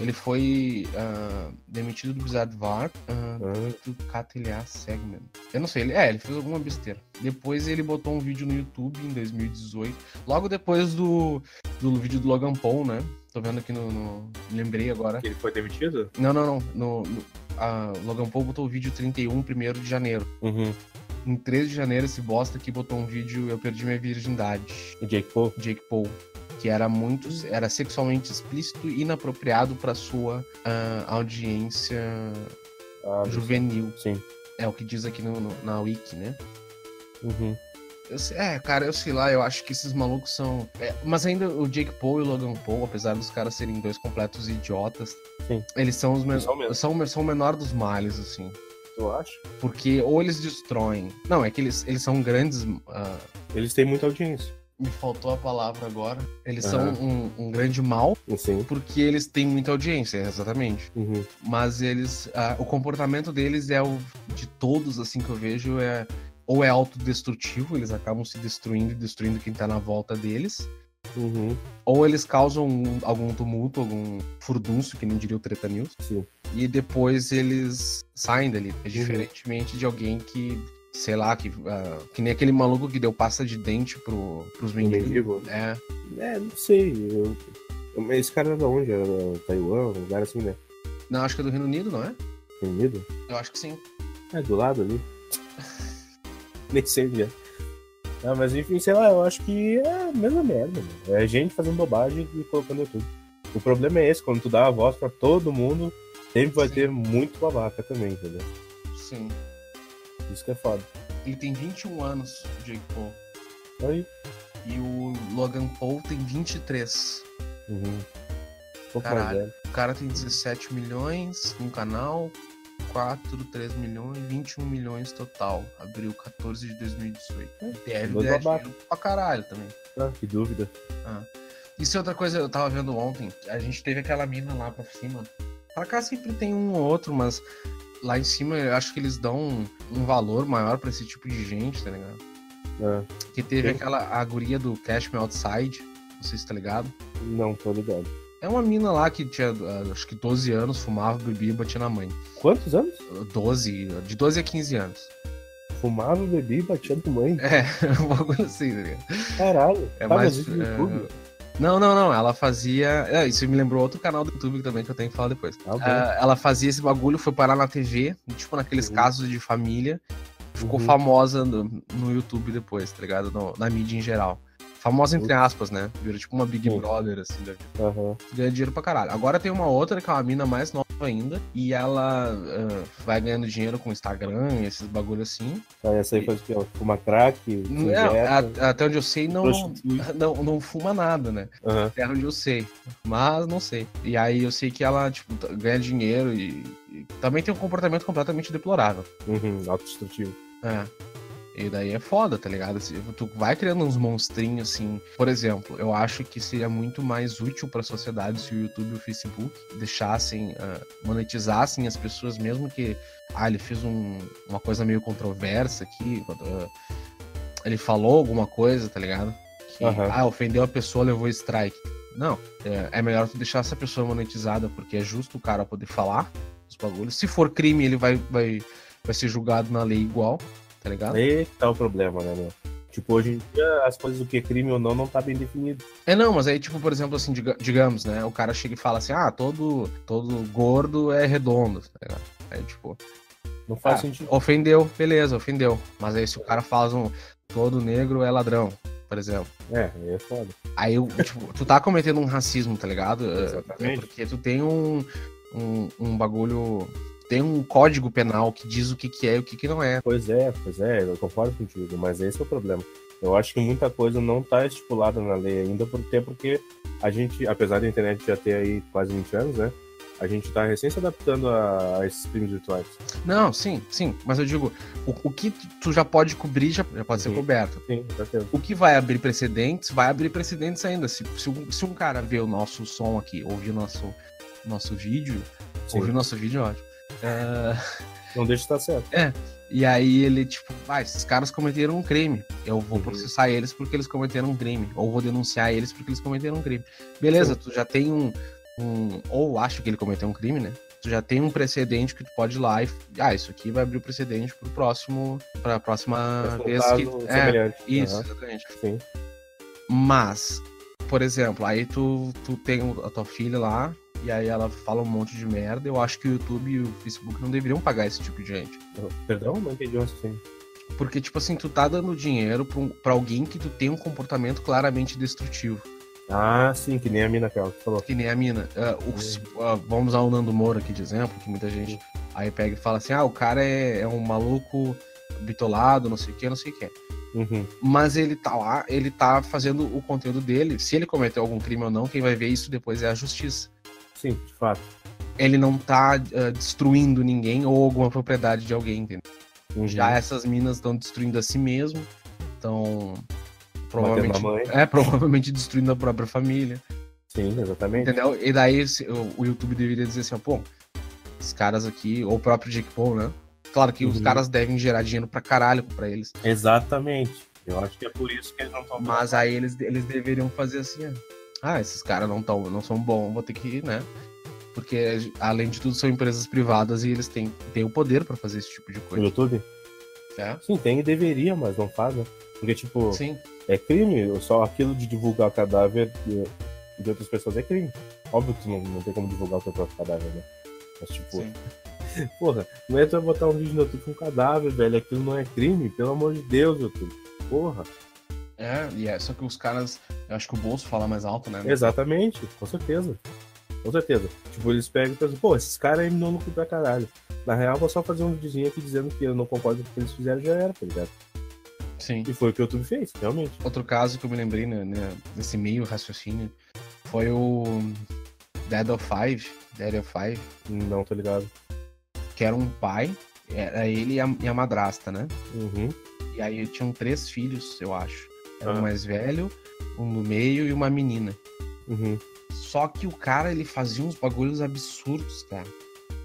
Ele foi ah, demitido do Bizadvar ah,
Ah,
do KTLA Segment. Eu não sei, ele, é, ele fez alguma besteira. Depois ele botou um vídeo no YouTube em 2018, logo depois do, do vídeo do Logan Paul, né? Tô vendo aqui no- no lembrei agora.
ele foi demitido?
Não, não, não. No, no- a Logan Paul botou o vídeo 31, 1 de janeiro.
Uhum.
Em 13 de janeiro, esse bosta aqui botou um vídeo Eu Perdi Minha Virgindade,
O Jake Paul?
Jake Paul. Que era muito. Era sexualmente explícito e inapropriado pra sua ah, audiência
Ah,
juvenil.
sim.
É o que diz aqui no- no- na Wiki, né?
Uhum.
Eu sei- é, cara, eu sei lá, eu acho que esses malucos são. é, mas ainda o Jake Paul e o Logan Paul, apesar dos caras serem dois completos idiotas,
Sim.
eles são os men-
Eles são mesmo.
são, são o menor dos males, assim.
Eu acho.
Porque ou eles destroem. Não, é que eles, eles são grandes. ah,
Eles têm muita audiência.
me faltou a palavra agora. Eles
Aham.
são um, um grande mal,
Sim.
porque eles têm muita audiência, exatamente.
Uhum.
Mas eles. ah, o comportamento deles é o. De todos, assim, que eu vejo, é. Ou é autodestrutivo, eles acabam se destruindo e destruindo quem tá na volta deles.
Uhum.
Ou eles causam um- algum tumulto, algum furdunço, que nem diria o Treta News.
Sim.
E depois eles saem dali. É diferentemente de alguém que, sei lá, que, ah, que nem aquele maluco que deu pasta de dente pro, pros
Também
meninos.
vivo.
É,
É, não sei. eu- eu- mas Esse cara era de onde? Era da Taiwan? Um lugar assim, né?
não, acho que é do Reino Unido, não é?
Reino Unido?
Eu acho que sim.
É, do lado ali. Nem sei onde é. Ah, mas enfim, sei lá, eu acho que é a mesma merda, mano. É gente fazendo bobagem e colocando tudo. O problema é esse, quando tu dá a voz pra todo mundo, sempre vai
Sim.
ter muito babaca também, entendeu?
Sim.
Isso que é foda.
Ele tem 21 anos, o Jake Paul.
Aí.
E o Logan Paul tem 23.
Uhum. Um pouco mais
Caralho.
velho.
O cara tem 17 milhões no canal, 4, 3 milhões, 21 milhões total. Abriu 14 de 2018. Deve
dois
dar
babacas.
é dinheiro pra caralho também.
Ah, que dúvida.
Isso é outra coisa, eu tava vendo ontem. A gente teve aquela mina lá pra cima. Pra cá sempre tem um ou outro, mas lá em cima eu acho que eles dão um, um valor maior pra esse tipo de gente, tá ligado?
Ah,
Que teve
Sim.
aquela a guria do Cash Me Outside, não sei se tá ligado.
não, tô ligado.
É uma mina lá que tinha ah, acho que 12 anos, fumava, bebia e batia na mãe.
Quantos anos?
12, de 12 a 15 anos.
Fumava, bebia e batia na mãe.
É, um bagulho assim, tá ligado?
Caralho.
É
Tá, mas
mais-
isso no
é-
YouTube?
Não, não, não, ela fazia. É, isso me lembrou outro canal do YouTube também que eu tenho que falar depois.
Tá bom.
Ah, ela fazia esse bagulho, foi parar na TV, tipo naqueles
Uhum.
casos de família, ficou
Uhum.
famosa no, no YouTube depois, tá ligado? No- na mídia em geral. Famosa entre aspas, né? Virou tipo uma Big
Sim.
Brother, assim, da vida.
Aham.
Ganha dinheiro pra caralho. Agora tem uma outra que é uma mina mais nova ainda, e ela ah, vai ganhando dinheiro com Instagram, esses bagulho assim.
Tá, essa aí faz o quê? Ela Fuma crack?
Não, é,
injeta,
a- até onde eu sei, não,
prostitui.
não, não fuma nada, né?
Aham.
Até onde eu sei. Mas não sei. E aí eu sei que ela, tipo, t- ganha dinheiro e, e também tem um comportamento completamente deplorável.
Uhum, autodestrutivo.
É. E daí é foda, tá ligado? Se- Tu vai criando uns monstrinhos assim. Por exemplo, eu acho que seria muito mais útil pra sociedade se o YouTube e o Facebook deixassem, ah, monetizassem as pessoas, mesmo que. Ah, ele fez um- uma coisa meio controversa aqui. quando, ah, ele falou alguma coisa, tá ligado? Que,
Aham.
ah, ofendeu a pessoa, levou strike. Não, é, é melhor tu deixar essa pessoa monetizada, porque é justo o cara poder falar os bagulhos. Se for crime, ele vai, vai, vai ser julgado na lei igual, tá ligado?
Aí que tá o problema, né, meu? Tipo, hoje em dia, as coisas do que é crime ou não não tá bem definido.
É, não, mas aí, tipo, por exemplo, assim, diga- digamos, né? O cara chega e fala assim, ah, todo, todo gordo é redondo, tá ligado? Aí, tipo,
Não faz
Ah,
sentido.
ofendeu, beleza, ofendeu. Mas aí se o cara faz um todo negro é ladrão, por exemplo.
É, aí é foda.
Aí, eu, tipo, tu tá cometendo um racismo, tá ligado? É,
Exatamente.
Porque tu tem um, um, um bagulho. Tem um código penal que diz o que, que é e o que, que não é.
Pois é, pois é, eu concordo contigo, mas esse é o problema. Eu acho que muita coisa não tá estipulada na lei ainda, por- até porque a gente, apesar da internet já ter aí quase 20 anos, né? A gente tá recém se adaptando a, a esses crimes virtuais.
Não, sim, sim. Mas eu digo, o, o que tu já pode cobrir já, já pode ser
Sim.
coberto.
Sim, com certeza.
O que vai abrir precedentes, vai abrir precedentes ainda. Se, se, um, se um cara vê o nosso som aqui, ouvir o nosso, nosso vídeo,
Sim.
ouvir o nosso vídeo, é ótimo. Ah,
Não deixa de estar certo.
e aí ele, tipo, ah, esses caras cometeram um crime. Eu vou
Uhum.
processar eles porque eles cometeram um crime. Ou vou denunciar eles porque eles cometeram um crime. Beleza, tu já tem um, um- ou acha que ele cometeu um crime, né? Tu já tem um precedente que tu pode ir lá e. Ah, isso aqui vai abrir o precedente pro próximo. Pra próxima
Mas
vez
no
Ah, que.
caso
É,
semelhante.
isso,
Aham,
exatamente.
sim.
Mas, por exemplo, aí tu, tu tem o- a tua filha lá, e aí ela fala um monte de merda. Eu acho que o YouTube e o Facebook não deveriam pagar esse tipo de gente.
Perdão, não entendi onde você tem.
Porque, tipo assim, tu tá dando dinheiro pra, um- pra alguém que tu tem um comportamento claramente destrutivo.
Ah, sim, que nem a mina aquela que falou.
Que nem a mina. Ah, o-
Sim.
se- ah, vamos usar o Nando Moura aqui de exemplo, que muita gente aí pega e fala assim: ah, o cara é, é um maluco bitolado, não sei o que, não sei o que.
Uhum.
Mas ele tá lá, ele tá fazendo o conteúdo dele. Se ele cometeu algum crime ou não, quem vai ver isso depois é a justiça.
Sim, de fato.
ele não tá ah, destruindo ninguém ou alguma propriedade de alguém, entendeu?
Uhum.
Já é. essas minas estão destruindo a si mesmo, estão
na
provavelmente,
mãe.
é, provavelmente destruindo a própria família,
Sim, exatamente.
entendeu? E daí se- o- o YouTube deveria dizer assim, ó, pô, esses caras aqui, ou o próprio Jake Paul, né? Claro que os
Uhum.
caras devem gerar dinheiro pra caralho pra eles,
Exatamente. Eu acho que é por isso que eles não estão
mas aí eles, eles deveriam fazer assim, ó, ah, esses caras não, tão, não são bons, vou ter que, né? Porque, além de tudo, são empresas privadas e eles têm, têm o poder pra fazer esse tipo de
no
coisa.
YouTube.
É.
Sim, tem e deveria, mas não faz, né? Porque, tipo,
Sim,
é crime. Só aquilo de divulgar cadáver de, de outras pessoas é crime. Óbvio que tu não, não tem como divulgar o teu próprio cadáver, né? Mas, tipo,
sim.
porra, não é tu vai botar um vídeo no YouTube com um cadáver, velho. Aquilo não é crime, pelo amor de Deus, YouTube. Porra.
É, e é, só que os caras, eu acho que o bolso fala mais alto, né?
Exatamente, com certeza. Com certeza. Tipo, eles pegam e pensam, pô, esses caras aí não lucram pra caralho. Na real, vou só fazer um videozinho aqui dizendo que eu não concordo com o que eles fizeram, já era, tá ligado?
Sim.
E foi o que o YouTube fez, realmente.
Outro caso que eu me lembrei né, né, nesse meio raciocínio foi o Dead of Five, Dead of Five,
Não, tô ligado.
que era um pai, era ele e a, e a madrasta, né?
Uhum.
E aí tinham três filhos, eu acho. Era
Ah.
um mais velho, um do meio e uma menina.
Uhum.
Só que o cara, ele fazia uns bagulhos absurdos, cara.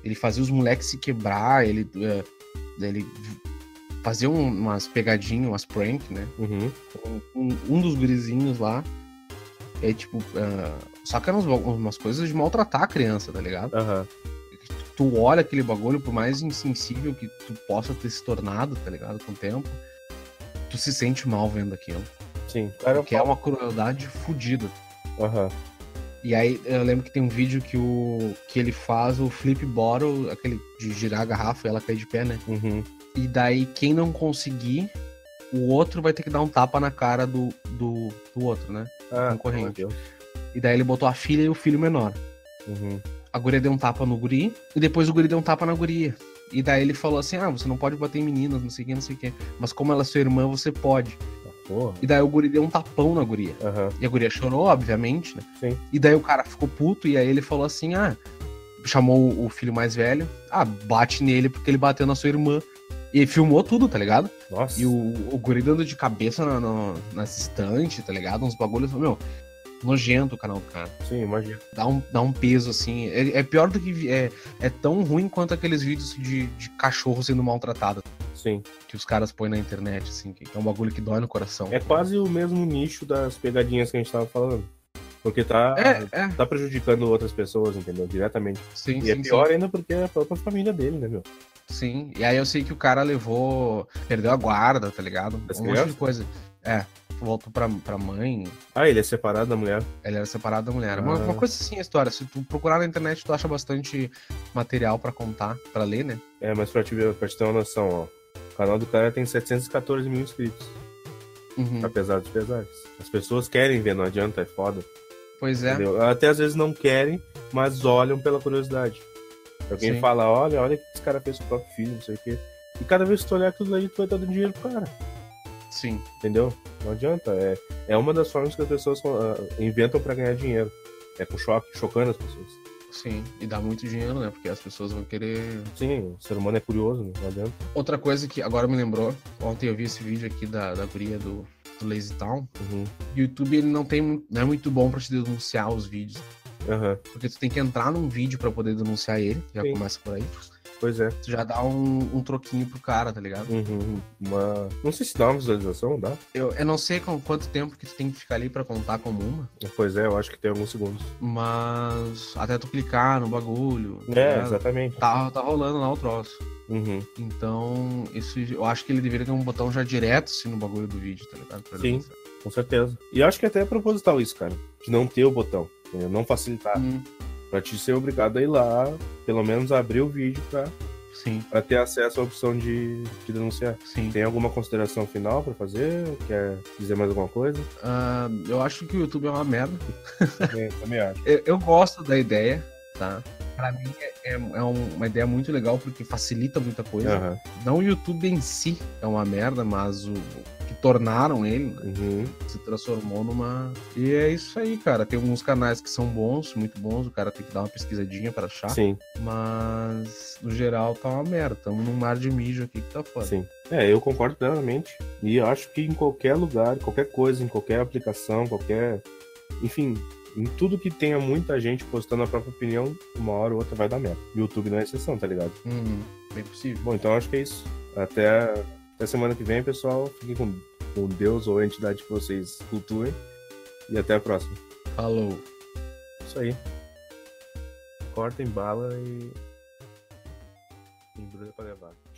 Ele fazia os moleques se quebrar, ele, eh, ele fazia um- umas pegadinhas, umas prank, né?
Uhum.
um, um dos gurizinhos lá é tipo. ah, só que eram uns ba- umas coisas de maltratar a criança, tá ligado?
Aham.
Tu olha aquele bagulho, por mais insensível que tu possa ter se tornado, tá ligado? Com o tempo, tu se sente mal vendo aquilo.
Sim. O cara
Porque é uma crueldade fodida.
Aham.
E aí eu lembro que tem um vídeo que o que ele faz o flip bottle, aquele de girar a garrafa e ela cair de pé, né?
Uhum.
E daí quem não conseguir, o outro vai ter que dar um tapa na cara do, do, do outro, né?
Ah,
Concorrente.
meu Deus.
E daí ele botou a filha e o filho menor.
Uhum.
A guria deu um tapa no guri, e depois o guri deu um tapa na guria. E daí ele falou assim: ah, você não pode bater em meninas, não sei o que, não sei o que. Mas como ela é sua irmã, você pode.
Ah, Porra.
E daí o guri deu um tapão na guria.
Aham.
E a guria chorou, obviamente, né?
Sim.
E daí o cara ficou puto, e aí ele falou assim: ah, chamou o filho mais velho, ah, bate nele porque ele bateu na sua irmã. E filmou tudo, tá ligado?
Nossa.
E o, o guri dando de cabeça na, na, nas estantes, tá ligado? Uns bagulhos, meu, nojento o canal do cara
Sim, imagina.
dá um, dá um peso, assim. É, é pior do que. vi- É, é tão ruim quanto aqueles vídeos de, de cachorro sendo maltratado
Sim.
que os caras põem na internet, assim, que é um bagulho que dói no coração.
É quase o mesmo nicho das pegadinhas que a gente tava falando. Porque tá,
é, é,
tá prejudicando outras pessoas, entendeu? Diretamente.
sim,
E
sim,
é pior ainda porque é a própria família dele, né, meu?
sim. Sim. E aí eu sei que o cara levou. Perdeu a guarda, tá ligado?
Das
um monte
crianças?
de coisa. É, voltou pra, pra mãe.
Ah, ele é separado da mulher?
Ele era separado da mulher. Uma,
Ah.
uma coisa assim a história. Se tu procurar na internet, tu acha bastante material pra contar, pra ler, né?
É, mas pra te, ver, pra te ter uma noção, ó. O canal do cara tem 714 mil inscritos,
Uhum.
apesar dos pesares. As pessoas querem ver, não adianta, é foda.
Pois é.
entendeu? Até às vezes não querem, mas olham pela curiosidade. Alguém
Sim.
fala, olha, olha o que esse cara fez com o próprio filho, não sei o quê. E cada vez que tu olhar tudo aí, tu vai dando dinheiro pro cara.
Sim.
Entendeu? Não adianta. É, é uma das formas que as pessoas ah, inventam pra ganhar dinheiro. É com choque, chocando as pessoas.
Sim. E dá muito dinheiro, né? Porque as pessoas vão querer
Sim, o ser humano é curioso, né? não adianta.
Outra coisa que agora me lembrou, ontem eu vi esse vídeo aqui da, da guria do, do Lazy Town.
Uhum.
O YouTube ele não, tem, mu- não é muito bom pra te denunciar os vídeos,
Aham.
porque tu tem que entrar num vídeo pra poder denunciar ele, já
Sim.
começa por aí.
Pois é.
Tu já dá um, um troquinho pro cara, tá ligado?
Uhum, uma... Não sei se dá uma visualização, dá?
Eu, eu não sei com quanto tempo que tu tem que ficar ali pra contar como uma,
Pois é, eu acho que tem alguns segundos.
mas até tu clicar no bagulho. tá
É,
ligado?
exatamente.
tá, tá rolando lá o troço.
Uhum.
Então, isso eu acho que ele deveria ter um botão já direto assim, no bagulho do vídeo, tá ligado? Pra ele
Sim. Com certeza. E eu acho que até é proposital isso, cara. De não ter o botão. entendeu? Não facilitar.
Hum,
Pra te ser obrigado a ir lá, pelo menos abrir o vídeo pra,
Sim,
pra ter acesso à opção de, de denunciar.
sim.
Tem alguma consideração final pra fazer? Quer dizer mais alguma coisa?
Ah, eu acho que o YouTube é uma merda.
É, também acho.
Eu, eu gosto da ideia, tá? Pra mim é, é- é um- uma ideia muito legal porque facilita muita coisa.
Aham.
Não o YouTube em si é uma merda, mas o o que tornaram ele né,
Uhum.
se transformou numa. E é isso aí, cara. Tem alguns canais que são bons, muito bons. O cara tem que dar uma pesquisadinha pra achar.
Sim,
Mas, no geral, tá uma merda. Tamo num mar de mijo aqui que tá foda.
sim. É, eu concordo plenamente. E eu acho que em qualquer lugar, qualquer coisa, em qualquer aplicação, qualquer. Enfim, em tudo que tenha muita gente postando a própria opinião, uma hora ou outra vai dar merda. YouTube não é exceção, tá ligado?
Hum, bem possível.
Bom, então acho que é isso. Até, até semana que vem, pessoal. Fiquem com, com Deus ou a entidade que vocês cultuem. E até a próxima.
Falou.
Isso aí. Cortem bala e. Embrulha pra levar.